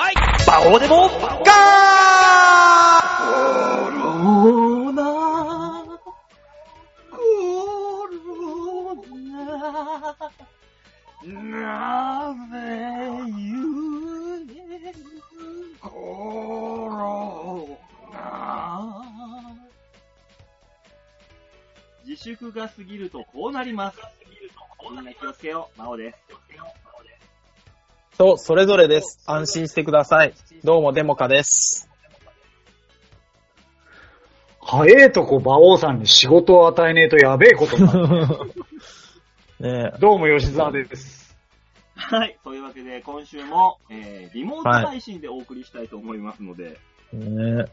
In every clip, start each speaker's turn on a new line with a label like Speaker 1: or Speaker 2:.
Speaker 1: ここでもガーローナコロナなぜゆえコロナ
Speaker 2: 自粛が過ぎるとこうなります。みんな気をつけよう。魔王です。
Speaker 3: 人それぞれです。安心してください。どうもデモカです。
Speaker 4: 早えとこ馬王さんに仕事を与えねえとやべえこと になる。
Speaker 3: ねえ。
Speaker 4: どうも吉沢です。
Speaker 2: はい。というわけで、今週も、えー、リモート配信でお送りしたいと思いますので、
Speaker 3: ね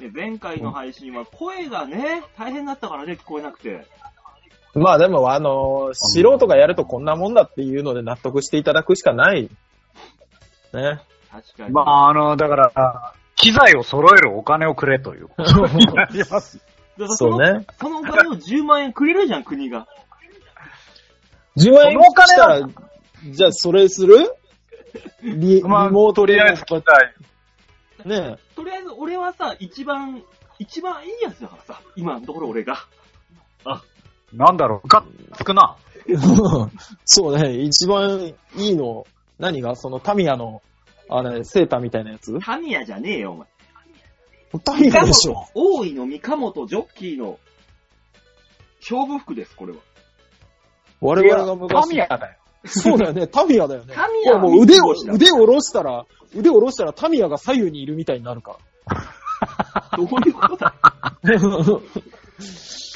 Speaker 3: え
Speaker 2: で前回の配信は声がね、大変だったからね、聞こえなくて。
Speaker 3: まあでも、あの、素人がやるとこんなもんだっていうので納得していただくしかない。ね。
Speaker 2: 確かに。
Speaker 4: まあ、あの、だから、機材を揃えるお金をくれということになります。
Speaker 2: だからそ
Speaker 3: そ
Speaker 2: の
Speaker 3: うね。
Speaker 2: そのお金を10万円くれるじゃん、国が。
Speaker 3: 10万円
Speaker 4: そのお金
Speaker 3: 来た
Speaker 4: な
Speaker 3: ら、じゃあそれするリ,、
Speaker 4: まあ
Speaker 3: リモート
Speaker 4: と
Speaker 3: レ
Speaker 4: り
Speaker 3: モ
Speaker 4: あえず機材。
Speaker 3: ね
Speaker 2: とりあえず、俺はさ、一番、一番いいやつだからさ、今のところ俺が。
Speaker 4: なんだろう、かつくな。
Speaker 3: え。そうね。一番いいの、何がそのタミヤの、あれ、セーターみたいなやつ
Speaker 2: タミヤじゃねえよ、お前。
Speaker 3: タミヤでしょ。
Speaker 2: 大井の三鴨とジョッキーの勝負服です、これは。
Speaker 3: 我々が昔。
Speaker 4: タミヤだよ。
Speaker 3: そうだよね、タミヤだよね。
Speaker 2: タミヤは
Speaker 3: これもう腕を、
Speaker 2: 見過ごした
Speaker 3: 腕を下ろしたら、腕を下ろしたらタミヤが左右にいるみたいになるか
Speaker 2: どういうこと だ
Speaker 3: ら。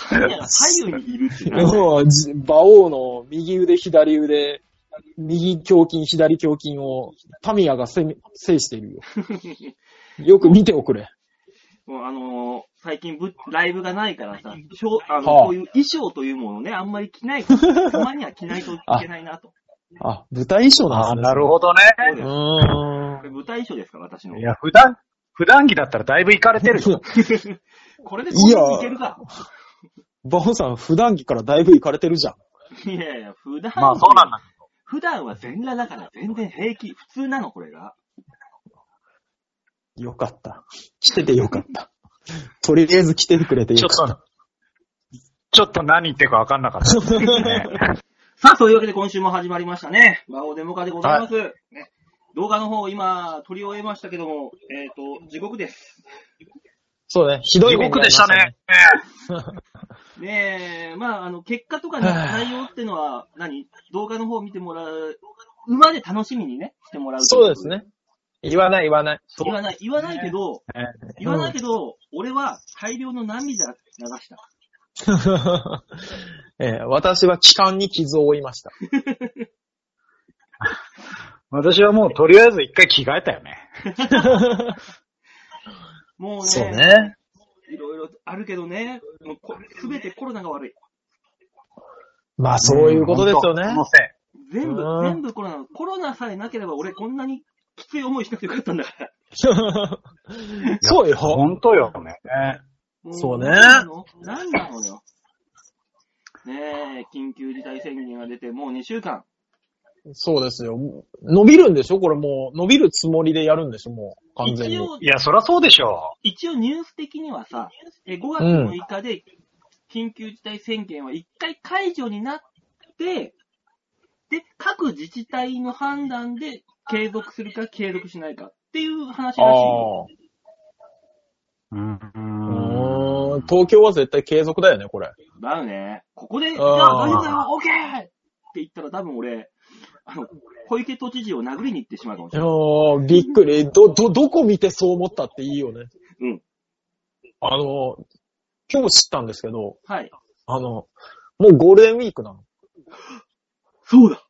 Speaker 2: タミヤが左右にいるってな。
Speaker 3: もうじ馬王の右腕、左腕、右胸筋、左胸筋をタミヤがせ制しているよ。よく見ておくれ。
Speaker 2: もうあのー最近ぶライブがないからさ、しょうあの
Speaker 3: はあ
Speaker 2: こういう衣装というものをね、あんまり着ないから、たまには着ないといけないなと。
Speaker 3: あ、舞台衣装な
Speaker 4: あ
Speaker 3: んですね。
Speaker 4: なるほどね。
Speaker 2: そうです。
Speaker 3: う
Speaker 2: これ舞台衣装ですから、私の
Speaker 4: い。や、普段、普段着だったらだいぶ行かれてるよ。
Speaker 2: これでこんなにいけるか。
Speaker 3: ーん。馬王さん、普段着からだいぶ行かれてるじゃん。
Speaker 2: いやいや、普段、
Speaker 4: まあそうなんだ。
Speaker 2: 普段は全裸だから全然平気。普通なの、これが。
Speaker 3: よかった。着ててよかった。とりあえず着てくれて
Speaker 4: ちょ
Speaker 3: よ
Speaker 4: っ
Speaker 3: かった。
Speaker 4: と、ちょっと何言ってるかわかんなかったですね。
Speaker 2: さあ、そういうわけで今週も始まりましたね。魔王デモカでございます。ね、動画の方今、撮り終えましたけども、えっ、と、地獄です。
Speaker 3: そうね、 ひどい
Speaker 4: 地
Speaker 3: 目に遭
Speaker 4: 獄
Speaker 3: いま
Speaker 4: でしたね。
Speaker 2: ねえ、まあ、あの、結果とかね内容ってのは何、動画の方見てもらう、馬で楽しみにね、してもらう。
Speaker 3: そうです。ね。言わない言わない。
Speaker 2: 言わない、言わないけど、
Speaker 4: ね
Speaker 2: 言わないけど、俺は大量の涙流した。
Speaker 3: ええ私は気管に傷を負いました。
Speaker 4: 私はもうとりあえず一回着替えたよね。
Speaker 2: もうね、。いろいろあるけどね、もうこ、すべてコロナが悪い。
Speaker 3: まあそういうことですよね。
Speaker 4: ん本当そのせい
Speaker 2: 全部
Speaker 3: う、ん
Speaker 2: 全部コロナ。コロナさえなければ俺こんなにきつい思いしなくてよかったんだから。
Speaker 3: そうよ。
Speaker 4: 本当よね。
Speaker 2: も
Speaker 3: そうね
Speaker 2: なんなのなんなのよ。ねえ、緊急事態宣言が出てもう2週間。
Speaker 3: そうですよ。伸びるんでしょこれもう、伸びるつもりでやるんでしょもう、完全
Speaker 2: 一
Speaker 3: に。
Speaker 2: 応
Speaker 4: い、や、そりゃそうでしょ
Speaker 2: 一応ニュース的にはさ、え5月
Speaker 3: うん
Speaker 2: 6日で緊急事態宣言は1回解除になって、で、各自治体の判断で継続するか継続しないかっていう話らしいよ。
Speaker 3: あ
Speaker 4: う。うん
Speaker 3: あ。うーん。東京は絶対継続だよね、これ。
Speaker 2: だよね。ここで、じゃあ大丈夫だよ、オッケーって言ったら多分俺、あの、小池都知事を殴りに行ってしまうかもし
Speaker 3: い
Speaker 2: れ
Speaker 3: やーびっくり。ど、ど、どこ見てそう思ったっていいよね。
Speaker 2: うん。
Speaker 3: あの、今日知ったんですけど、
Speaker 2: ない。はい。
Speaker 3: あの、もうゴールデンウィークなの。
Speaker 2: そうだ。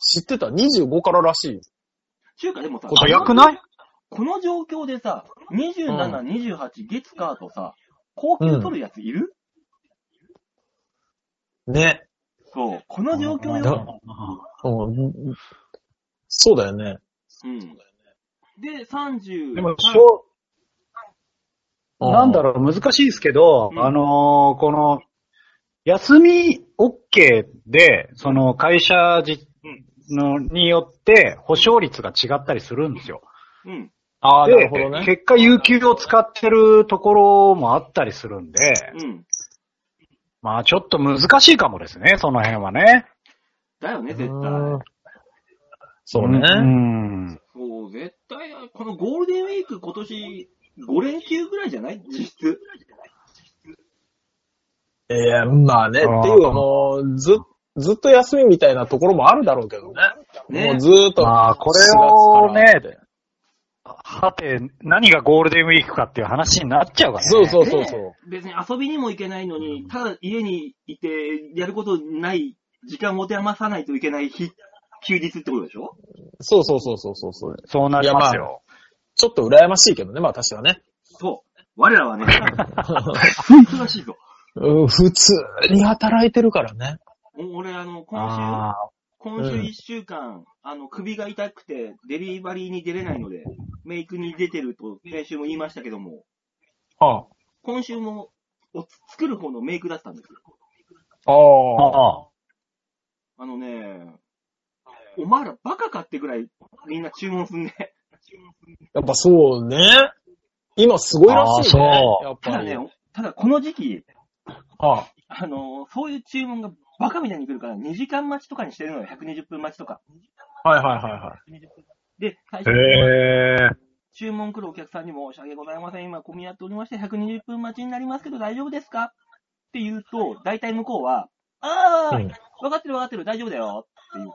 Speaker 3: 知ってた ?25 かららしいよ。
Speaker 2: 中華でもさ、
Speaker 4: 早くない
Speaker 2: この状況でさ、27、28、月火とさ、高級取るやついる、
Speaker 3: ね。
Speaker 2: そう。この状況
Speaker 3: だ
Speaker 2: よ。
Speaker 3: うん、そうだよね。
Speaker 2: うん。で、30。
Speaker 4: でも、しょう、なんだ
Speaker 3: ろ
Speaker 4: ろう、難しいですけど、
Speaker 2: うん
Speaker 4: あのーこの、休み OK で、その会社じのによって保証率が違ったりするんですよ。
Speaker 2: うん。
Speaker 3: ああ、な
Speaker 4: で
Speaker 3: るほど、ね。
Speaker 4: 結果、有給を使ってるところもあったりするんで、
Speaker 2: うん。
Speaker 4: まあ、ちょっと難しいかもですね、その辺はね。
Speaker 2: だよね、絶
Speaker 3: う
Speaker 2: 対
Speaker 3: ん。そうね。
Speaker 4: うん。
Speaker 2: そう、絶対、このゴールデンウィーク今年5連休ぐらいじゃない実質。
Speaker 3: ええまあね、っ
Speaker 4: あー
Speaker 3: ていうかもう、ず、ずっと休みみたいなところもあるだろうけどね。
Speaker 2: ね
Speaker 3: もうずーっと。
Speaker 4: まあ、これをね、はて、何がゴールデンウィークかっていう話になっちゃうからね。。
Speaker 3: そうそううそうそう。
Speaker 2: ね別に遊びにも行けないのに、ただ家にいて、やることない、時間持て余さないといけない日、休日ってことでしょ
Speaker 3: そうそうそうそうそうそう。
Speaker 4: そうなりますよ。
Speaker 3: ちょっと羨ましいけどね、まあ私はね。
Speaker 2: そう。我ら はね、忙しいぞ。
Speaker 3: うん普通に働いてるからね。
Speaker 2: お俺、あの、今
Speaker 4: ああ
Speaker 2: 週、今週
Speaker 3: うん
Speaker 2: 1週間、あの、首が痛くて、デリバリーに出れないので、メイクに出てると、先週も言いましたけども、
Speaker 3: あ
Speaker 2: 今週も、おつ作る方のメイクだったんですよ。
Speaker 3: あ。ああ。
Speaker 4: ああ。
Speaker 2: あのね、お前らバカかってぐらい、みんな注文すんね。
Speaker 3: やっぱそうね。今すごいらしいね。
Speaker 4: あーそう
Speaker 3: やったぱ
Speaker 2: だ
Speaker 3: り。
Speaker 2: ね、ただこの時期、
Speaker 3: ああ
Speaker 2: あのーそういう注文がバカみたいに来るから、2時間待ちとかにしてるのよ、120分待ちとか。
Speaker 3: はいはいはいはい。
Speaker 2: で、最初、
Speaker 4: へえ。
Speaker 2: 注文来るお客さんにも申し訳ございません、今混み合っておりまして、120分待ちになりますけど大丈夫ですかって言うと、大体向こうは、あー、
Speaker 3: うん
Speaker 2: わかってるわかってる、大丈夫だよっていう。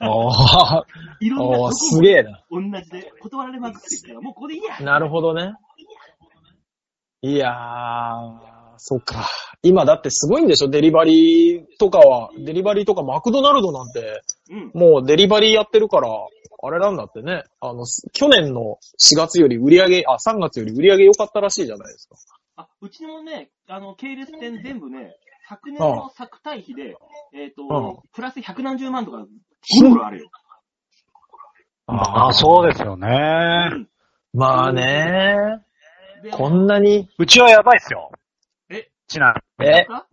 Speaker 3: ああ、
Speaker 2: いろんな
Speaker 3: あ
Speaker 2: と
Speaker 3: あ
Speaker 2: こ
Speaker 3: すげえな。
Speaker 2: も同じで、断られまくってるから、もうここでいいや。
Speaker 3: なるほどね。いやー、そっか。今だってすごいんでしょデリバリーとかは。デリバリーとかマクドナルドなんて、
Speaker 2: うん。
Speaker 3: もうデリバリーやってるから、あれなんだってね。あの、す去年の4月より売り上げ、あ、3月より売り上げ良かったらしいじゃないですか。
Speaker 2: あ、うちもね、あの、系列店全部ね、昨年の作対比で、えっ、と、プラス百何十万とか、ゴールあるよ。
Speaker 4: ああ、そうですよね。
Speaker 3: まあね
Speaker 2: で
Speaker 3: こんなに、
Speaker 4: うちはやばいっすよ。
Speaker 2: え
Speaker 4: ちなみに
Speaker 3: え、
Speaker 2: あ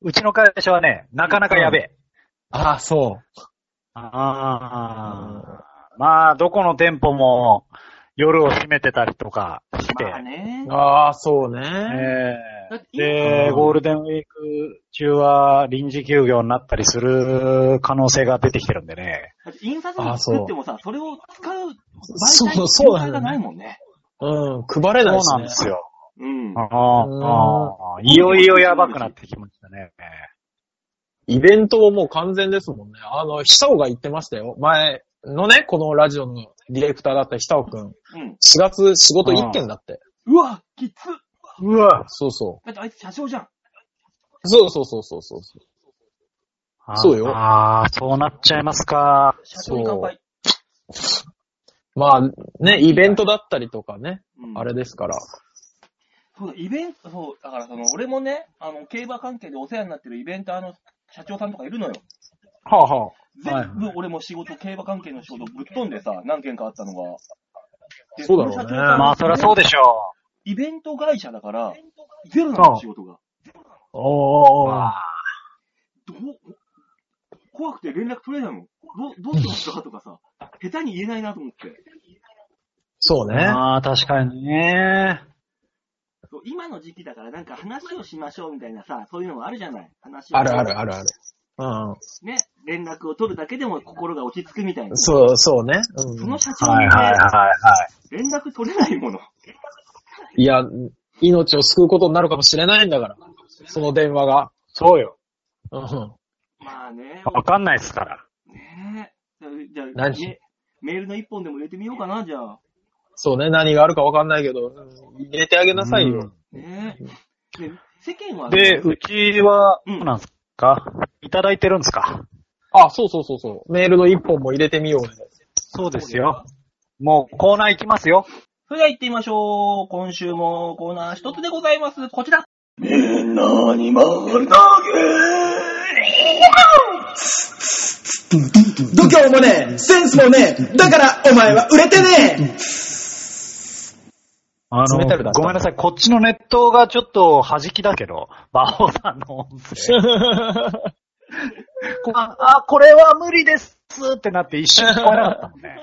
Speaker 4: うちの会社はね、なかなかやべえ。
Speaker 3: ああ、そう。
Speaker 4: ああ。まあ、どこの店舗も夜を閉めてたりとかして。
Speaker 2: まあね。
Speaker 3: ああ、そうね。
Speaker 4: え
Speaker 2: だって
Speaker 4: え
Speaker 2: 今
Speaker 4: で、ゴールデンウィーク中は臨時休業になったりする可能性が出てきてるんでね。
Speaker 2: だって印刷
Speaker 3: あ
Speaker 2: 物
Speaker 3: そう
Speaker 2: 作ってもさ、それを使う媒体
Speaker 3: そうそ
Speaker 2: 状
Speaker 3: うな
Speaker 2: 態
Speaker 3: んだね
Speaker 2: がないもんね。
Speaker 3: うん、配れ
Speaker 4: そう
Speaker 3: ないし
Speaker 4: な
Speaker 3: ね。
Speaker 4: んですよ。
Speaker 2: うん。
Speaker 4: ああああいよいよやばくなってきましたね。
Speaker 3: イベントももう完全ですもんね。あの、久尾が言ってましたよ。前のね、このラジオのディレクターだった久尾くん。
Speaker 2: うん。
Speaker 3: 4月仕事1件だって。
Speaker 2: うわ、きつ
Speaker 4: うわ
Speaker 3: そうそ
Speaker 2: だってあいつ社長じゃん。
Speaker 3: う。そうそうそうそうそう。そうよ
Speaker 4: ああ、そうなっちゃいますか。
Speaker 2: 社長に乾杯。
Speaker 3: まあ、ね、イベントだったりとかね。
Speaker 2: うん
Speaker 3: あれですから。
Speaker 2: そうだ、イベント、そう、だからその、俺もね、あの、競馬関係でお世話になってるイベンターの社長さんとかいるのよ。
Speaker 3: はあは
Speaker 4: はい
Speaker 2: 全部俺も仕事、競馬関係の仕事ぶっ飛んでさ、何件かあったのが。で
Speaker 3: そうだろうね
Speaker 2: の社長さん
Speaker 4: まあ、そりゃそうでしょ
Speaker 2: イベント会社だから、ゼロなの仕事が。
Speaker 3: あ。お
Speaker 4: う。あ
Speaker 2: どう、怖くて連絡取れないもん。ど、どうしましたとかさ、下手に言えないなと思って。
Speaker 3: そうね。
Speaker 4: あー、確かにね。
Speaker 2: そう今の時期だからなんか話をしましょうみたいなさ、そういうのもあるじゃない話を
Speaker 3: あるあるあるある。うん。
Speaker 2: ね、連絡を取るだけでも心が落ち着くみたいな。そ
Speaker 3: そう、そうね。
Speaker 2: の社長
Speaker 4: はい
Speaker 2: にね、
Speaker 4: はいはいはい。
Speaker 2: 連絡取れないもの。
Speaker 3: うん。いや、命を救うことになるかもしれないんだから。その電話が。
Speaker 4: そうよ。
Speaker 3: うん。
Speaker 2: まあね、
Speaker 4: わかんないっすから。
Speaker 2: ねじゃあ、
Speaker 3: 何
Speaker 2: ねメールの一本でも入れてみようかな、じゃあ。
Speaker 3: そうね。何があるかわかんないけど、うん入れてあげなさいよ。
Speaker 2: ねで世間は、
Speaker 4: で、うちは、
Speaker 2: うん
Speaker 4: どうなんすか、いただいてるんすか
Speaker 3: あ、そうそうそうそう。メールの一本も入れてみようね。
Speaker 4: そうですよ。もうコーナー行きますよ。
Speaker 2: それでは行ってみましょう。今週もコーナー一つでございます。こちら。みんなに丸投
Speaker 5: 度胸もねえ、センスもねえ、だからお前は売れてね
Speaker 4: あ
Speaker 3: 冷たいの出した
Speaker 4: ごめんなさい。こっちのネットがちょっと弾きだけど、バオさんの音声。あ、あこれは無理ですってなって一瞬聞こえなかったもんね。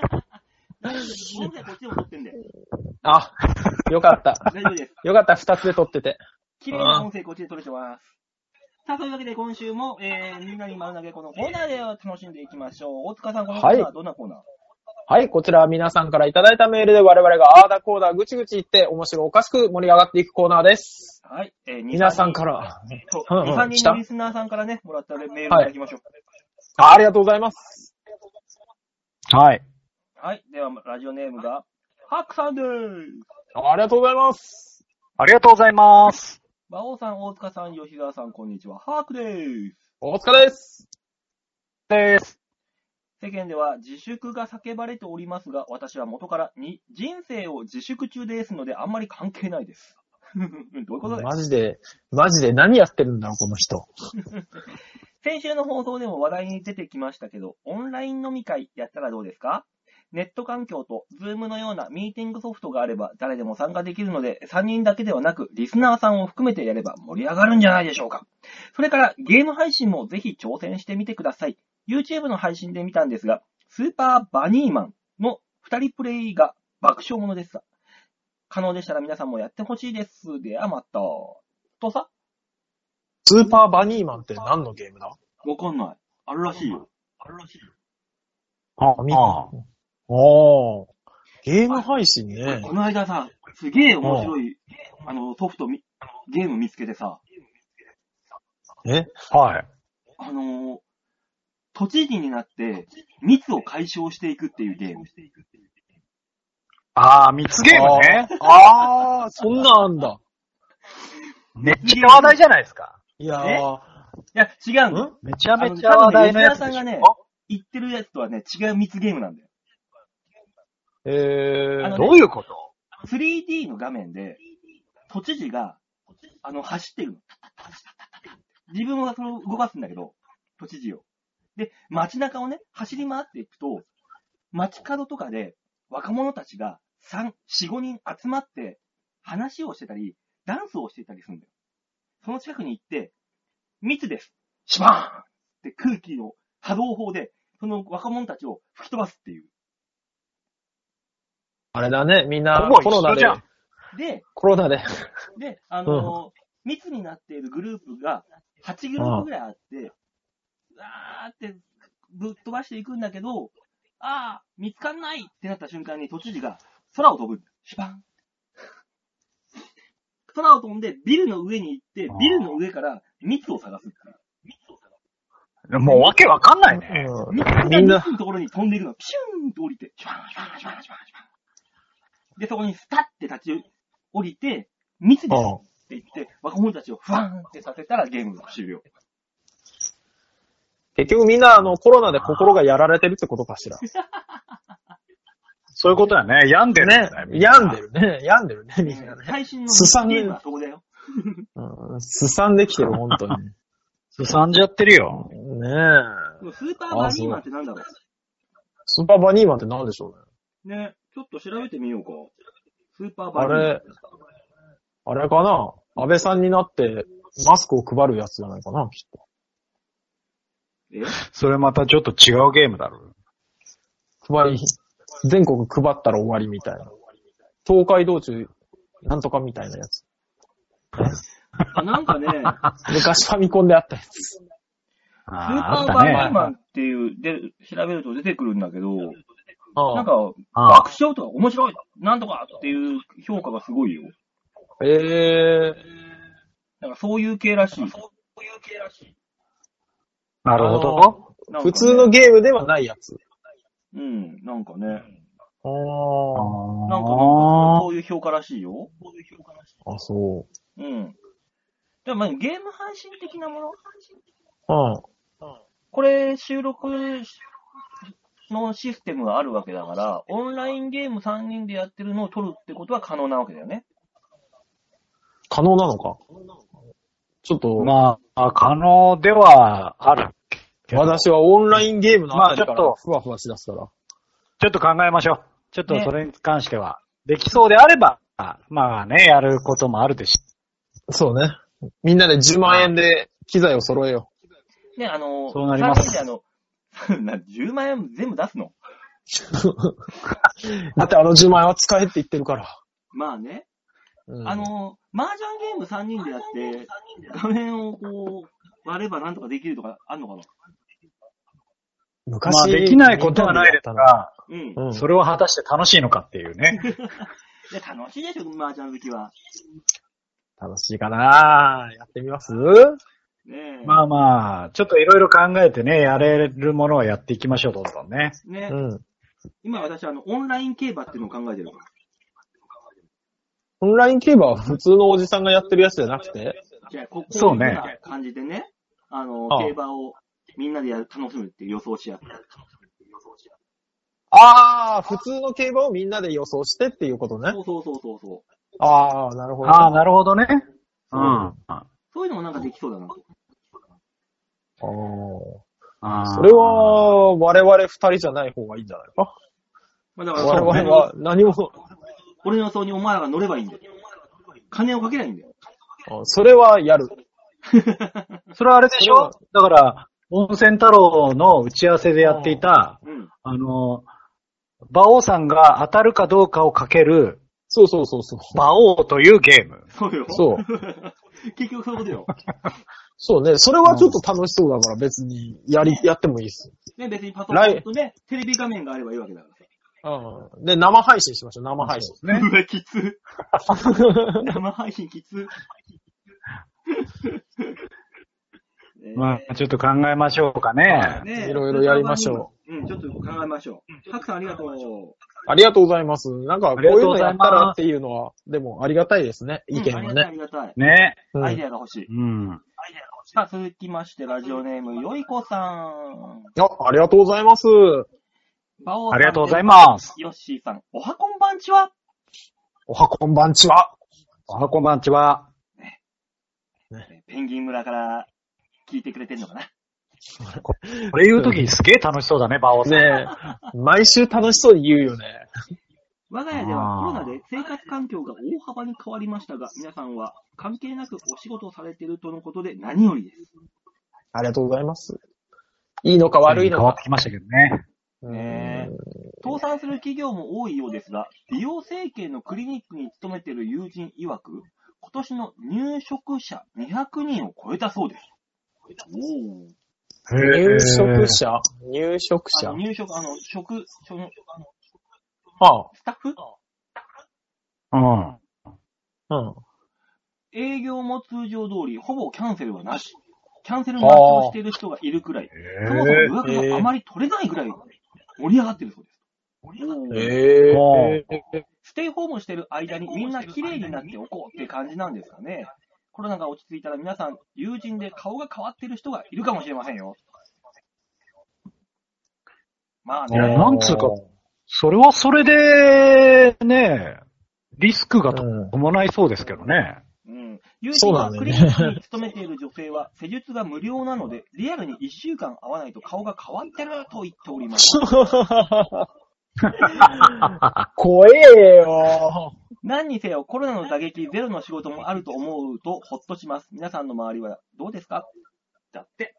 Speaker 2: 今回こっちでも撮ってんで。
Speaker 3: あ、よかった。
Speaker 2: 大丈夫です。
Speaker 3: よかった、二つで撮ってて。
Speaker 2: 綺麗な音声こっちで撮れてます。さあ、というわけで今週も、えー、みんなに丸投げこのコーナーで楽しんでいきましょう。大塚さん、このコーナーはどんなコーナー、
Speaker 3: はい、こちらは皆さんからいただいたメールで我々があーだこーだぐちぐち言って面白おかしく盛り上がっていくコーナーです。
Speaker 2: はい。えー、
Speaker 3: 皆さん
Speaker 2: ら。
Speaker 3: から。
Speaker 2: そう
Speaker 3: うんうん
Speaker 2: 2、3
Speaker 3: 来
Speaker 2: 人
Speaker 3: た
Speaker 2: のリスナーさんからね、もらったメールをいただきましょう。
Speaker 3: あありがとうございます。
Speaker 4: はい。
Speaker 2: はい。では、ラジオネームが、ハックさんでーす。
Speaker 3: ありがとうございます。
Speaker 4: ありがとうございます。
Speaker 2: 馬王さん、大塚さん、吉沢さん、こんにちは。ハークでーす。
Speaker 3: お疲れです。
Speaker 4: です。
Speaker 2: 世間では自粛が叫ばれておりますが、私は元からに人生を自粛中ですので、あんまり関係ないです。 どういうことだよ。
Speaker 3: マジで、マジで何やってるんだろう、この人。
Speaker 2: 先週の放送でも話題に出てきましたけど、オンライン飲み会やったらどうですかネット環境と Zoom のようなミーティングソフトがあれば誰でも参加できるので、3人だけではなくリスナーさんを含めてやれば盛り上がるんじゃないでしょうか。それからゲーム配信もぜひ挑戦してみてください。YouTube の配信で見たんですが、スーパーバニーマンの2人プレイが爆笑ものでした。可能でしたら皆さんもやってほしいです。ではまた。とさ
Speaker 3: スーパーバニーマンって何のゲームだ
Speaker 2: わかんない。あるらしいよ。あるらしいよ。
Speaker 4: あ
Speaker 3: み
Speaker 4: あ
Speaker 3: おー。ゲーム配信ね。
Speaker 2: この間さ、すげえ面白い、あの、ソフトみ、あのゲーム見つけてさ、
Speaker 3: え
Speaker 4: はい。
Speaker 2: あのー、都知事になって、密を解消していくっていうゲーム。
Speaker 4: ああ、密ゲームね。
Speaker 3: あー、そんなんあんだ。
Speaker 4: めっちゃ話題じゃないですか。
Speaker 3: いや
Speaker 2: え
Speaker 3: ー。
Speaker 2: いや、違うんだよ。
Speaker 4: めちゃめちゃ話題のやつでし
Speaker 2: あの多分ね吉田さんがね
Speaker 4: ょ。
Speaker 2: 言ってるやつとはね、違う密ゲームなんだよ。
Speaker 3: え
Speaker 2: あ
Speaker 3: ー
Speaker 2: の、
Speaker 4: どういうこと
Speaker 2: 3D の画面で、都知事が、あの、走ってるの。自分はそれを動かすんだけど、都知事を。で、街中をね、走り回っていくと、街角とかで若者たちが3、4、5人集まって話をしてたり、ダンスをしてたりするんだよ。その近くに行って、密ですシュバーンって空気の波動砲で、その若者たちを吹き飛ばすっていう。
Speaker 3: あれだね、みんな
Speaker 4: ほぼ一
Speaker 3: コロ
Speaker 4: 緒
Speaker 3: ナで
Speaker 4: じゃん、
Speaker 2: で、
Speaker 3: コロナで。
Speaker 2: で、あのー密になっているグループが8グループぐらいあって、あーってぶっ飛ばしていくんだけど、あー、見つかんないってなった瞬間に都知事が空を飛ぶ。シュパン。空を飛んでビルの上に行って
Speaker 4: あー、
Speaker 2: ビルの上から密を探すっていう。
Speaker 4: もうわけわかんないね。
Speaker 2: 密が
Speaker 3: みんな
Speaker 2: 密のところに飛んでいくの。ピシューンと降りて、シュパン、シュパン、シュパン、シュパン、シュパン。で、そこにスタッて立ち降りて、密です。って言って、若者たちをファーンってさせたらゲームが終了。
Speaker 3: 結局みんなあのコロナで心がやられてるってことかしら。
Speaker 4: そういうことだね。病んでるん
Speaker 3: ね
Speaker 4: だよ。、
Speaker 3: 病んでるね。病んでるね、みんなね。
Speaker 2: 最新の
Speaker 3: すさんで
Speaker 2: ゲームはそこだよ。
Speaker 3: うんすさんできてる、本当 に。ね
Speaker 4: すさんじゃってるよ。
Speaker 3: え。
Speaker 2: スーパーバニーマンってなんだろ
Speaker 3: スーパーバニーマンって何でしょうね。
Speaker 2: うね、ちょっと調べてみようか。スーパーバ
Speaker 3: あ
Speaker 2: ニーマン。
Speaker 3: れ、あれかな安倍さんになってマスクを配るやつじゃないかな、きっ
Speaker 2: え
Speaker 4: それまたちょっと違うゲームだろ。
Speaker 3: と。配り、全国配ったら終わりみたいな。東海道中、なんとかみたいなやつ。
Speaker 2: あ、なんかね、スー
Speaker 3: 昔ファミコンであったやつ。
Speaker 2: パ
Speaker 4: あ
Speaker 2: ー
Speaker 4: ー
Speaker 2: バニー
Speaker 4: あったね。
Speaker 2: マンっていう、で、調べると出てくるんだけど、な
Speaker 3: あ
Speaker 2: ん
Speaker 3: あ
Speaker 2: か、
Speaker 4: ああ
Speaker 2: 爆笑とか面白い、なんとかっていう評価がすごいよ。
Speaker 3: ええ
Speaker 2: なんかそういう系らしい。
Speaker 4: なるほど。
Speaker 2: なんかね
Speaker 3: 普通のゲームではないやつ。
Speaker 2: うん、なんかね。
Speaker 3: あ
Speaker 4: あ
Speaker 3: あ。
Speaker 2: なんか、
Speaker 4: ー
Speaker 2: そういう評価らしいよ。そういう評価らしい。
Speaker 3: あ、そ
Speaker 2: うん。でもまあゲーム配信的なもの
Speaker 3: う。うん。
Speaker 2: これ、収録のシステムがあるわけだから、オンラインゲーム3人でやってるのを撮るってことは可能なわけだよね。
Speaker 3: 可能なのかちょっと、
Speaker 4: まああ、可能ではある。
Speaker 3: 私はオンラインゲームのあたりか
Speaker 4: まあちょ
Speaker 3: ら
Speaker 4: っと
Speaker 3: ふわふわしだすから。
Speaker 4: ちょっと考えましょう。ちょっとそれに関しては。できそうであれば、まあね、やることもあるでし。
Speaker 3: そうね。みんなで10万円で機材を揃えよ
Speaker 2: ね、あの、
Speaker 4: そうなりま す
Speaker 2: 3人であの、な10万円全部出すの
Speaker 3: だってあの10万円は使えって言ってるから。
Speaker 2: まあね。
Speaker 3: うん
Speaker 2: あ、の、麻雀ゲーム3人でやって、画面をこう、割ればなんとかできるとかあんのかな
Speaker 3: 昔
Speaker 4: まあ、できないことはないですが、
Speaker 2: うん。
Speaker 3: うん。
Speaker 4: それは果たして楽しいのかっていうね。
Speaker 2: いや、楽しいでしょ、麻雀好きは。
Speaker 3: 楽しいかなやってみます
Speaker 2: ねえ。
Speaker 4: まあまあ、ちょっといろいろ考えてね、やれるものはやっていきましょう、どんどんね。
Speaker 2: ね、
Speaker 3: うん。
Speaker 2: 今私、あの、オンライン競馬っていうのを考えてるから。
Speaker 3: オンライン競馬は普通のおじさんがやってるやつじゃなくて
Speaker 2: じゃあ、ここ
Speaker 4: そうね
Speaker 2: こいふな感じでね、あの、
Speaker 3: ああ
Speaker 2: 競馬をみんなでやる楽しむっていう予想し合って。
Speaker 3: ああ、普通の競馬をみんなで予想してっていうことね
Speaker 2: そ。うそうそうそうそう。
Speaker 3: ああ、なるほど。
Speaker 4: ああ、なるほどね。うん。
Speaker 2: そういうのもなんかできそうだな。
Speaker 3: あ
Speaker 4: あ
Speaker 3: ー
Speaker 4: ー
Speaker 3: それ、は、我々二人じゃない方がいいんじゃないか。
Speaker 2: まあ、だから、
Speaker 3: 我々は何も、
Speaker 2: 俺の予想にお前らが乗ればいいんだよ。金をかけないいんだよ。
Speaker 3: あそれはやる。
Speaker 4: それはあれでしょだから、温泉太郎の打ち合わせでやっていた、
Speaker 2: うん。
Speaker 4: あの、馬王さんが当たるかどうかをかける、
Speaker 3: そうそうそうそう。
Speaker 4: 馬王というゲーム。
Speaker 2: そうよ。
Speaker 3: そう。
Speaker 2: 結局そういうことよ。
Speaker 3: そうね。それはちょっと楽しそうだから別にやり、やってもいいです。
Speaker 2: ね、別にパソコンとね、テレビ画面があればいいわけだからさ。
Speaker 3: うん。で、生配信しましょう、生配 信。
Speaker 4: ね。
Speaker 2: うわ、きつ。生配信き つ。ねえ
Speaker 4: まあ、ちょっと考えましょうかね。
Speaker 2: ねえ
Speaker 3: いろいろやりましょ
Speaker 2: うん、ちょっと考えましょう。たくさんありがとう。
Speaker 3: ありがとうございます。なんか、こういうのやったらっていうのは、でもありがたいですね、意見
Speaker 2: う
Speaker 3: は
Speaker 2: んあ
Speaker 3: ね。
Speaker 2: りがたい、あり
Speaker 4: ね。
Speaker 2: がたい。アイ
Speaker 3: うん
Speaker 2: デアが欲しい。
Speaker 4: うん。
Speaker 2: さあ、続きまして、ラジオネーム、よいこさん。
Speaker 3: あ、ありがとうございます。
Speaker 2: バオさん
Speaker 4: ありがとうございます。
Speaker 2: す。ヨッシーさん、おはこんばんちは
Speaker 3: おはこんばんちは。
Speaker 4: おはこんばんちは。
Speaker 2: ペンギン村から聞いてくれてるのかな
Speaker 4: これ言うときすげえ楽しそうだね、馬王さん。
Speaker 3: ねえ、毎週楽しそうに言うよね。
Speaker 2: 我が家ではコロナで生活環境が大幅に変わりましたが、皆さんは関係なくお仕事をされているとのことで何よりです。
Speaker 3: ありがとうございます。いいのか悪いの
Speaker 4: 変わっ
Speaker 3: か。
Speaker 4: てきましたけどね。
Speaker 2: ね倒産する企業も多いようですが、美容整形のクリニックに勤めている友人曰く、今年の入職者200人を超えたそうです。おー
Speaker 3: 入職
Speaker 4: 者。
Speaker 3: 者入職
Speaker 2: あ
Speaker 3: 者
Speaker 2: の入職、あの、職、その、あの
Speaker 3: は
Speaker 2: スタッフ
Speaker 4: うん。
Speaker 3: あ、うん。
Speaker 2: 営業も通常通り、ほぼキャンセルはなし。キャンセル待ちをしている人がいるくらい、そもそも予約があまり取れないぐらい盛り上がってるそうです。
Speaker 3: え
Speaker 4: も
Speaker 2: ステイホームしてる間にみんな綺麗になっておこうって感じなんですかね。コロナが落ち着いたら皆さん、友人で顔が変わってる人がいるかもしれませんよ。まあ
Speaker 4: いや
Speaker 2: ね、
Speaker 4: なんつうかそれはそれで、ね、リスクが
Speaker 3: うん
Speaker 4: 伴いそうですけどね。
Speaker 2: うん。友
Speaker 3: そ
Speaker 2: 人
Speaker 3: うな
Speaker 2: が
Speaker 3: んだ
Speaker 2: クリ
Speaker 3: よね
Speaker 2: ニックに勤めている女性は、施術が無料なので、リアルに1週間会わないと顔が変わってると言っております。
Speaker 3: 怖えよ。
Speaker 2: 何にせよ、コロナの打撃、ゼロの仕事もあると思うと、ほっとします。皆さんの周りはどうですかだって。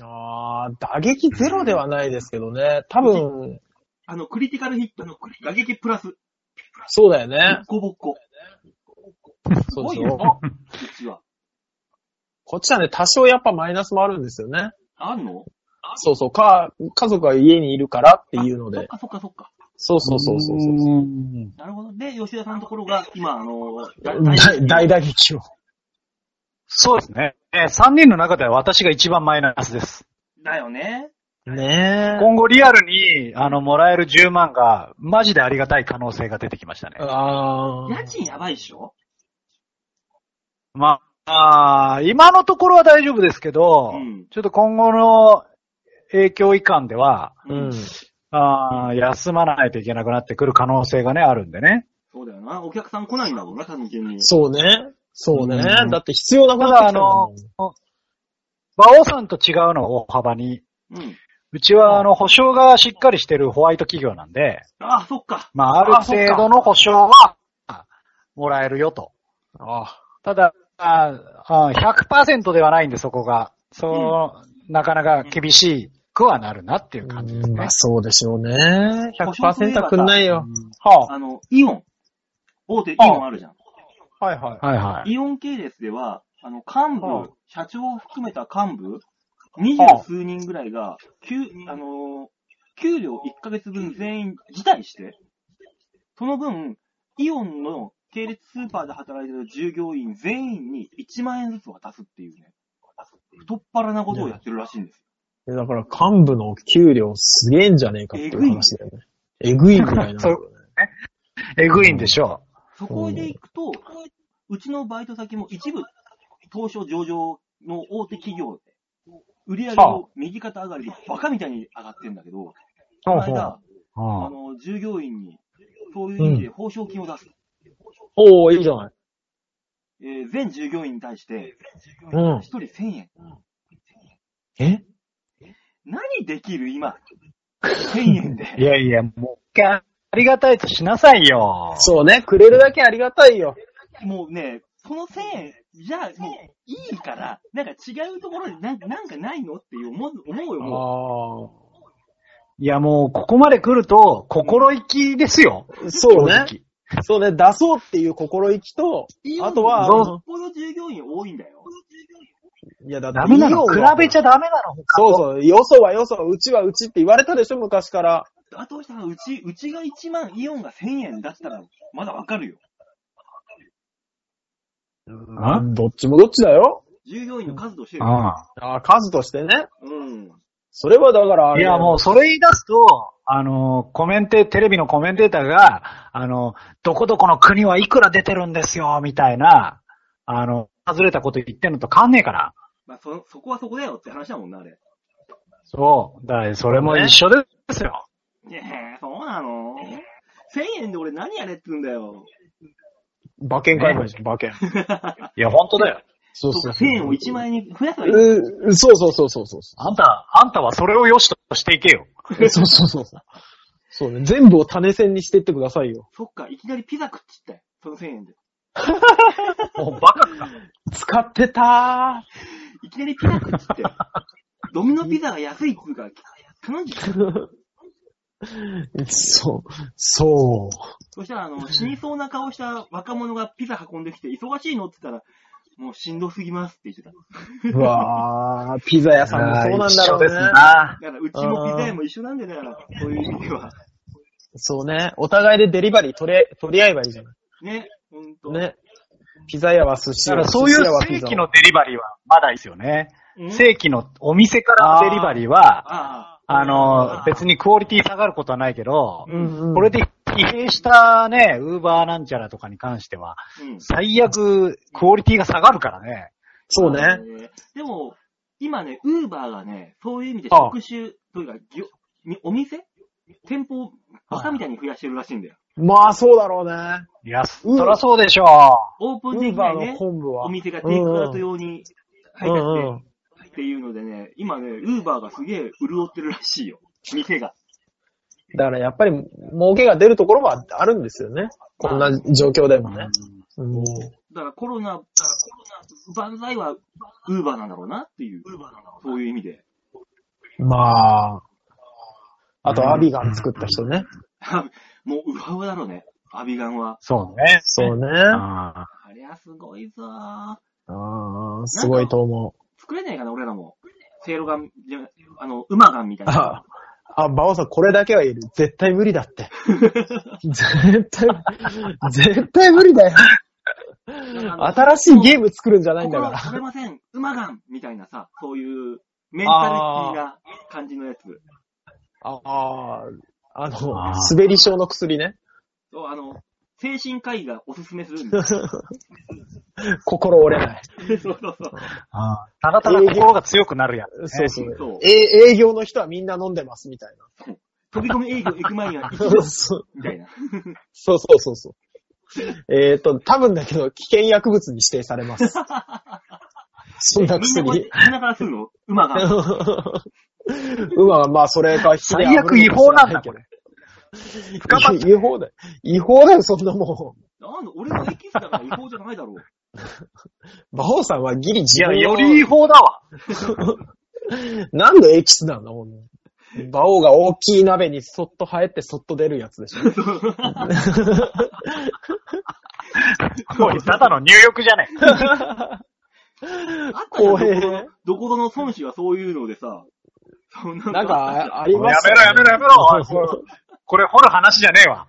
Speaker 3: ああ、打撃ゼロではないですけどね。多分、
Speaker 2: あの、クリティカルヒットのクリ打撃プラス、
Speaker 3: そうだよ
Speaker 2: ぼ
Speaker 3: ね
Speaker 2: っ。こぼっこ。す
Speaker 3: そう
Speaker 2: ごい
Speaker 3: そ
Speaker 2: よ、
Speaker 3: う。
Speaker 2: うちは。
Speaker 3: こっちはね、多少やっぱマイナスもあるんですよね。
Speaker 2: あんの
Speaker 3: そうそう。か、家族が家にいるからっていうの
Speaker 2: そっ
Speaker 3: で。
Speaker 2: かそっかそっか。
Speaker 3: そうそうそうそうそう
Speaker 4: う
Speaker 2: なるほど。で、吉田さんのところが、今、あの、だ
Speaker 3: 大大 打撃を。
Speaker 4: そうですね。えー、3人の中では私が一番マイナスです。
Speaker 2: だよね。
Speaker 3: ね
Speaker 4: 今後リアルに、あの、もらえる10万が、マジでありがたい可能性が出てきましたね
Speaker 3: え。。ああ。
Speaker 2: 家賃やばいっしょ
Speaker 4: まあ、あー今のところは大丈夫ですけど、
Speaker 2: うん
Speaker 4: ちょっと今後の影響いかんでは、
Speaker 3: うん。
Speaker 4: あー休まないといけなくなってくる可能性がね、あるんでね。
Speaker 2: そうだよな。お客さん来ないんだもんな、単純に。
Speaker 3: そうね。そうね。
Speaker 4: うん
Speaker 3: だって必要な
Speaker 4: た
Speaker 3: くなってきた
Speaker 4: だ、あ
Speaker 3: んだも
Speaker 4: の
Speaker 3: ん、
Speaker 4: 馬王さんと違うのは大幅に、
Speaker 2: うん。
Speaker 4: うちは、あの、保証がしっかりしてるホワイト企業なんで、
Speaker 2: あ、そっか。
Speaker 4: まあ、ある程度の保証は、もらえるよと。ただ、ああ100%ではないんで、そこが。そう、なかなか厳しくはなるなっていう感じです
Speaker 3: ま
Speaker 4: ね
Speaker 3: あ。そうでしょうね。100%はくんないよ。
Speaker 6: は
Speaker 2: あの、イオン。大手イオンあるじゃん。
Speaker 6: あ、はいはい。
Speaker 4: はいはい。
Speaker 2: イオン系列では、あの、幹
Speaker 6: はあ
Speaker 2: 部、社長を含めた幹部、二十
Speaker 6: はあ
Speaker 2: 数人ぐらいが、給、あのー給料1ヶ月分全員辞退して、その分、イオンの系列スーパーで働いてる従業員全員に1万円ずつ渡すっていうね、太っ腹なことをやってるらしいんですよ。
Speaker 3: えだから幹部の給料すげえんじゃねえかっていう話だよね。えぐいぐらいなん だよね。
Speaker 4: えぐいんでしょ
Speaker 2: そこで行くと、うちのバイト先も一部、東証上場の大手企業で、売り上げを右肩上がりでバカみたいに上がってんだけど、この間、
Speaker 4: う。
Speaker 2: あ
Speaker 4: うん
Speaker 2: の、従業員に、そういう意味で報奨金を出す。
Speaker 3: おおいいじゃない。
Speaker 2: えー全従業員に対して、
Speaker 3: うん
Speaker 2: 1人1000円。
Speaker 3: え
Speaker 2: 何できる今。1000円
Speaker 4: い
Speaker 2: で。
Speaker 4: やいや、もう一回ありがたいとしなさいよ。
Speaker 3: そうね、くれるだけありがたいよ。
Speaker 2: もうね、この1000円、じゃあもういいから、なんか違うところでなんなんかないのっていう思う思うよ、
Speaker 3: あ
Speaker 2: も
Speaker 4: いやもう、ここまで来ると、心意気ですよ。
Speaker 3: あ。そう
Speaker 4: 正
Speaker 3: ね。
Speaker 4: 直
Speaker 3: そうね、出そうっていう心意気と、
Speaker 2: う。イオン
Speaker 3: あとは、あ
Speaker 4: どう
Speaker 3: の
Speaker 4: ぞ
Speaker 2: よっぽど従業員多いんだよ。
Speaker 3: いやだって
Speaker 4: ダメなの
Speaker 3: イオ
Speaker 4: 比
Speaker 3: ンは
Speaker 4: べちゃダメなの他
Speaker 3: そう
Speaker 4: と
Speaker 3: そう、よそはよそ、うちはうちって言われたでしょ、昔から。
Speaker 2: だとしたら、うち、うちが1万、イオンが1000円だったら、まだわかるよ。
Speaker 4: あ
Speaker 3: どっちもどっちだよ。
Speaker 2: 従業員の数としてよ。
Speaker 4: あ
Speaker 3: ああ、数としてね。
Speaker 2: うん。
Speaker 3: それはだからあ
Speaker 4: あい
Speaker 3: れだよ、
Speaker 4: やもう、それ言い出すと、あの、コメンテ、テレビのコメンテーターが、あの、どこどこの国はいくら出てるんですよ、みたいな、あの、外れたこと言ってんのと変わんねえから。
Speaker 2: まあ、そ、そこはそこだよって話だもんな、あれ。
Speaker 4: そう。だから、それも一緒ですよ。
Speaker 2: ええそうなの ?1000 円で俺何やれって言うんだよ。
Speaker 3: 馬券買えばいいじゃん、馬券。
Speaker 4: いや、本当だよ。
Speaker 3: そうそう
Speaker 2: 1000円を1万円に増やせばいい。
Speaker 3: うーそうそうそうそう そう。
Speaker 4: あんた、あんたはそれを良しとしていけよ。
Speaker 3: そうそうそうそう。そうね。全部を種銭にしていってくださいよ。
Speaker 2: そっか、いきなりピザ食っちったよ。その1000円で。
Speaker 4: もうバカか。
Speaker 3: 使ってた
Speaker 2: いきなりピザ食っちったよ。ドミノピザが安いっつうから、頼んじゃった。
Speaker 3: ー。そう、そ
Speaker 2: そしたら、 あの、死にそうな顔した若者がピザ運んできて、忙しいのって言ったら、もうしんどすぎますって言ってた。
Speaker 3: う。うわー、ピザ 屋さんもそうなんだろう
Speaker 4: 一緒
Speaker 3: ね。
Speaker 4: ですな。
Speaker 2: だから、うちもピザ屋も一緒なんでだから、そういう意味では。
Speaker 3: そうね。お互いでデリバリー取れ、取り合えばいいじゃな
Speaker 2: ね、ほんと。
Speaker 3: い。ね。ピザ屋は寿司
Speaker 4: だか
Speaker 3: 屋、
Speaker 4: らそういう
Speaker 3: 寿司屋は
Speaker 4: 正
Speaker 3: ピザ
Speaker 4: 規のデリバリーはまだいいですよね。
Speaker 2: うん
Speaker 4: 正規のお店からのデリバリーは、
Speaker 2: ああ。
Speaker 4: あの、別にクオリティ下がることはないけど、
Speaker 3: うんうん
Speaker 4: これで疲弊したね、ウーバーなんちゃらとかに関しては、
Speaker 2: うん。
Speaker 4: 最悪クオリティが下がるからね。
Speaker 3: そうね。
Speaker 2: ね。でも、今ね、ウーバーがね、そういう意味で職種というか、ぎょみお店店舗をバカみたいに増やしてるらしいんだよ。
Speaker 3: まあそうだろうね。
Speaker 4: いや、そりゃそうでしょう。
Speaker 2: オープ
Speaker 3: ウ
Speaker 2: ンで
Speaker 3: ー
Speaker 2: きな
Speaker 3: バ
Speaker 2: い
Speaker 3: ーの
Speaker 2: ね、
Speaker 3: 本部は。
Speaker 2: お店がテイクアウト用に配
Speaker 3: うんう
Speaker 2: 達
Speaker 3: ん。
Speaker 2: してっていうのでね、今ね、ウーバーがすげえ潤ってるらしいよ。店が。
Speaker 3: だからやっぱり儲けが出るところはあるんですよね。こんな状況でもね。うん
Speaker 2: だからコロナ、万歳はウーバーなんだろうなっていう、そういう意味で。
Speaker 3: まあ。あと、アビガン作った人ね。
Speaker 2: もう、ウハウハだろうね。アビガンは。
Speaker 4: そうね。
Speaker 3: そうね。
Speaker 4: あ
Speaker 2: ありゃすごいぞー。
Speaker 3: ああ、すごいと思う。
Speaker 2: 作れねえかな、俺らも。せいろがん、じゃあの、馬がんみたいな。
Speaker 3: あ、あ、バオさん、これだけは言える。絶対無理だ って。絶対、絶対無理 だよ。新しいゲーム作るんじゃないんだか
Speaker 2: 心
Speaker 3: ら。
Speaker 2: 取れません、馬がんみたいなさ、そういう、メンタリティな感じのやつ。
Speaker 3: ああー、あの、
Speaker 4: あー
Speaker 3: 滑り症の薬ね。
Speaker 2: そう、あの、精神科医がおすすめするんだ そう
Speaker 3: 心折れ ない。
Speaker 2: そうそう。
Speaker 4: あ。ただただ心が強くなるやつ、ね。
Speaker 3: そうそう。
Speaker 2: そう
Speaker 3: え営業の人はみんな飲んでますみたいな。
Speaker 2: 飛び込み営業行く前には一
Speaker 3: そう
Speaker 2: 度、
Speaker 3: そう
Speaker 2: みたいな。
Speaker 3: そうそうそう。えっと、多分だけど、危険薬物に指定されます。そんな
Speaker 2: みんなこうやって
Speaker 3: 薬。、
Speaker 2: みんなからするの馬 がん。
Speaker 3: 馬はまあ、それか、
Speaker 4: 最悪違法なんだ、これ。
Speaker 3: 違法違法だよ。違法だよ、そんなも
Speaker 2: なんだ、俺のエキスだから違法じゃ ないだろう。
Speaker 3: ん。馬王さんはギリ
Speaker 4: い
Speaker 3: 自
Speaker 4: や、
Speaker 3: 分を
Speaker 4: より違法だわ。
Speaker 3: なんでエキスなんだ、ほんと馬王が大きい鍋にそっと生えてそっと出るやつでし ょ。
Speaker 4: おい、ただの入浴じ ゃねえ。
Speaker 2: あった
Speaker 3: 公
Speaker 2: じゃんどこぞ
Speaker 3: 平
Speaker 2: の、どこぞの孫子がそういうのでさ、そうなん
Speaker 3: なん
Speaker 2: か
Speaker 3: か、あり
Speaker 4: やめ
Speaker 3: ま
Speaker 4: ろ
Speaker 3: す
Speaker 4: やめろやめろおいこれこれ掘る話じゃねえわ。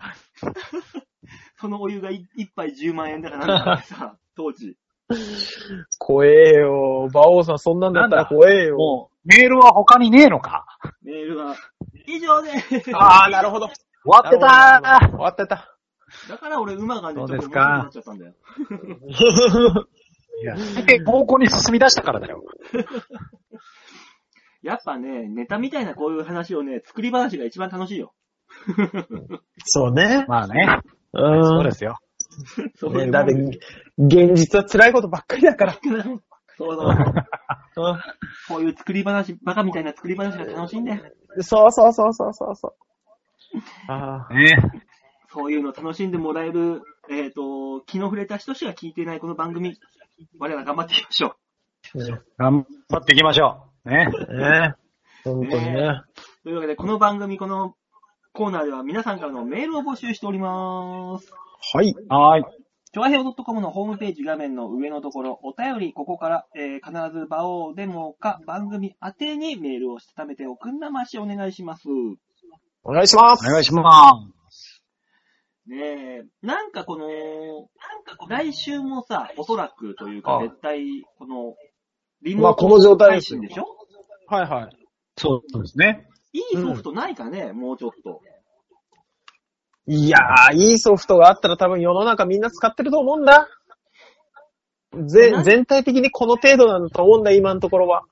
Speaker 2: そのお湯がい一杯10万円だからなんだって さ、当時。
Speaker 3: 怖えよ。馬王さん、そんなんだったら怖えよ。
Speaker 4: もう、メールは他にねえのか。
Speaker 2: メールは、以上でー
Speaker 3: ああ、なるほど。
Speaker 4: 終わってた
Speaker 3: 終わってた。
Speaker 2: す。だから俺、馬がね、ちょっと
Speaker 4: そうで
Speaker 2: 面白
Speaker 4: す
Speaker 2: く
Speaker 4: か
Speaker 2: なっちゃったんだよ。
Speaker 4: いや、で、合コンに進み出したからだよ。
Speaker 2: やっぱね、ネタみたいなこういう話をね、作り話が一番楽しいよ。
Speaker 3: そうね。
Speaker 4: まあね。
Speaker 3: うん。
Speaker 4: そうですよ。
Speaker 2: そういう
Speaker 3: ね、
Speaker 2: もん
Speaker 3: だって、現実は辛いことばっかりだから。
Speaker 2: そうそう。こういう作り話、バカみたいな作り話が楽しいんだよ。
Speaker 3: そうそうそうそうそうそう。ああ。
Speaker 4: ね
Speaker 2: そういうの楽しんでもらえる、えっ、と、気の触れた人しか聞いていないこの番組、我ら頑張っていきましょ
Speaker 4: 頑張っていきましょう。ね。
Speaker 3: ね本当にね。
Speaker 2: う。というわけで、この番組、このコーナーでは皆さんからのメールを募集しております。
Speaker 3: はい。
Speaker 4: はーい。
Speaker 2: ちょわへお .com のホームページ画面の上のところ、お便り、ここから、えー、必ず場をデモか番組宛てにメールをしたためておくんなましお願いします。
Speaker 3: お願いします。
Speaker 4: お願いしま
Speaker 2: ねえ、なんかこの、なんかこの来週もさ、おそらくというか、
Speaker 3: あ
Speaker 2: 絶対、この、リ
Speaker 3: まあ、この状態
Speaker 2: 配
Speaker 3: です
Speaker 2: 信
Speaker 3: よ
Speaker 2: で。しょ
Speaker 3: はいはい。
Speaker 4: す。そうですね。
Speaker 2: いいソフトないかね、もうちょっと。
Speaker 3: いやー、いいソフトがあったら多分世の中みんな使ってると思うんだ。ぜ
Speaker 2: な、ん
Speaker 3: 全体的にこの程度なんだと思うんだ、今のところは。。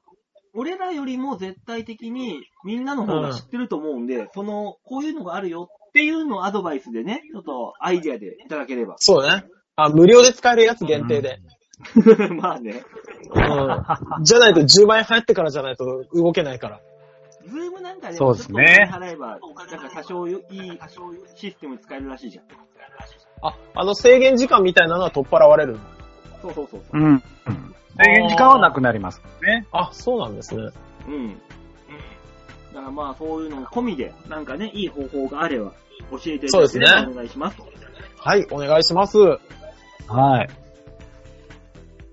Speaker 2: 俺らよりも絶対的にみんなの方が知ってると思うんで、その、こういうのがあるよっていうのをアドバイスでね、ちょっとアイディアでいただければ
Speaker 3: そうね。あ、無料で使えるやつ限定で。
Speaker 2: まあね、
Speaker 3: うん。じゃないと10万円入ってからじゃないと動けないから。
Speaker 2: ズームなんかね、
Speaker 4: そうですね
Speaker 2: ちょっとお金払えば、なんか多少いいシステム使えるらしいじゃん。
Speaker 3: あ、あの制限時間みたいなのは取っ払われる。
Speaker 2: そうそうそう
Speaker 4: うん。うん制限時間はなくなります。ね。
Speaker 3: あ、そうなんですね。
Speaker 2: そう。うん。だからまあ、そういうの込みで、なんかね、いい方法があれば、教えていた
Speaker 3: そう
Speaker 2: だ
Speaker 3: で
Speaker 2: け
Speaker 3: す
Speaker 2: れ
Speaker 3: ね
Speaker 2: ばお願いします。
Speaker 3: はい、お願いします。
Speaker 4: はい。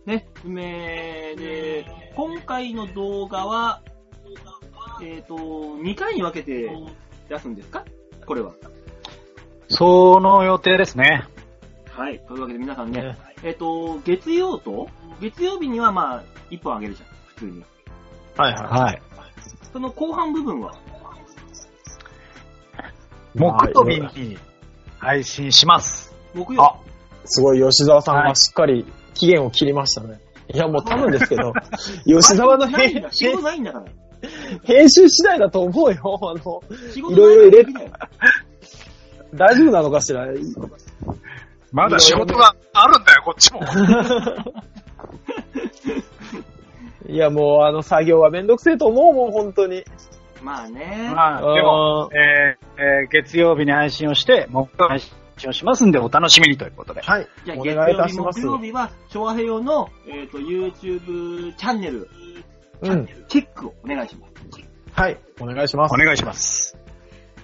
Speaker 2: ね、えーで、今回の動画は、えっ、と、2回に分けて出すんですかこれは。
Speaker 4: その予定ですね。
Speaker 2: はい。というわけで皆さんね
Speaker 3: ね、
Speaker 2: えっ、と、月曜と、月曜日にはまあ、1本あげるじゃん、普通に。
Speaker 3: はいは
Speaker 4: はい。
Speaker 2: その後半部分は、
Speaker 4: 木曜日に配信します。
Speaker 2: 木
Speaker 4: あ
Speaker 2: 曜、
Speaker 3: い。すごい、吉沢さん
Speaker 4: は
Speaker 3: が
Speaker 4: い
Speaker 3: しっかり期限を切りましたね。いや、もう多分ですけど、吉沢の
Speaker 2: ないん
Speaker 3: 編
Speaker 2: だ仕事ないんだから。
Speaker 3: 編集次第だと思うよ。あの、
Speaker 2: 仕事ないからできないよ。
Speaker 3: 大丈夫なのかしら。
Speaker 4: まだ仕事があるんだよ、こっち も。
Speaker 3: いや、もうあの作業はめんどくせえと思うもん、本当に。
Speaker 2: まあね。
Speaker 4: まあ、でも、えーえー月曜日に配信をして、木曜日に配信をしますんで、お楽しみにということで。
Speaker 3: はい。
Speaker 2: じゃあ
Speaker 3: お
Speaker 2: 月
Speaker 3: 願いい
Speaker 2: 曜
Speaker 3: た
Speaker 2: 日、
Speaker 3: します
Speaker 2: 木。曜日は、昭和平和の、えっ、と、YouTube チャンネル、
Speaker 3: うん。
Speaker 2: チェックをお願いします。
Speaker 3: はい。お願いします。
Speaker 4: お願いします。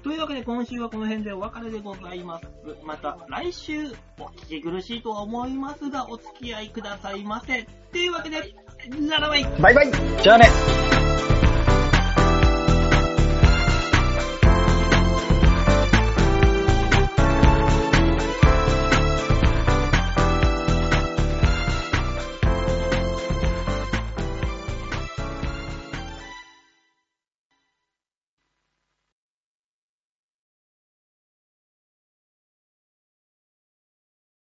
Speaker 2: というわけで今週はこの辺でお別れでございます。また来週お聞き苦しいとは思いますがお付き合いくださいませ。というわけで、ならばい
Speaker 4: バイバイじゃあね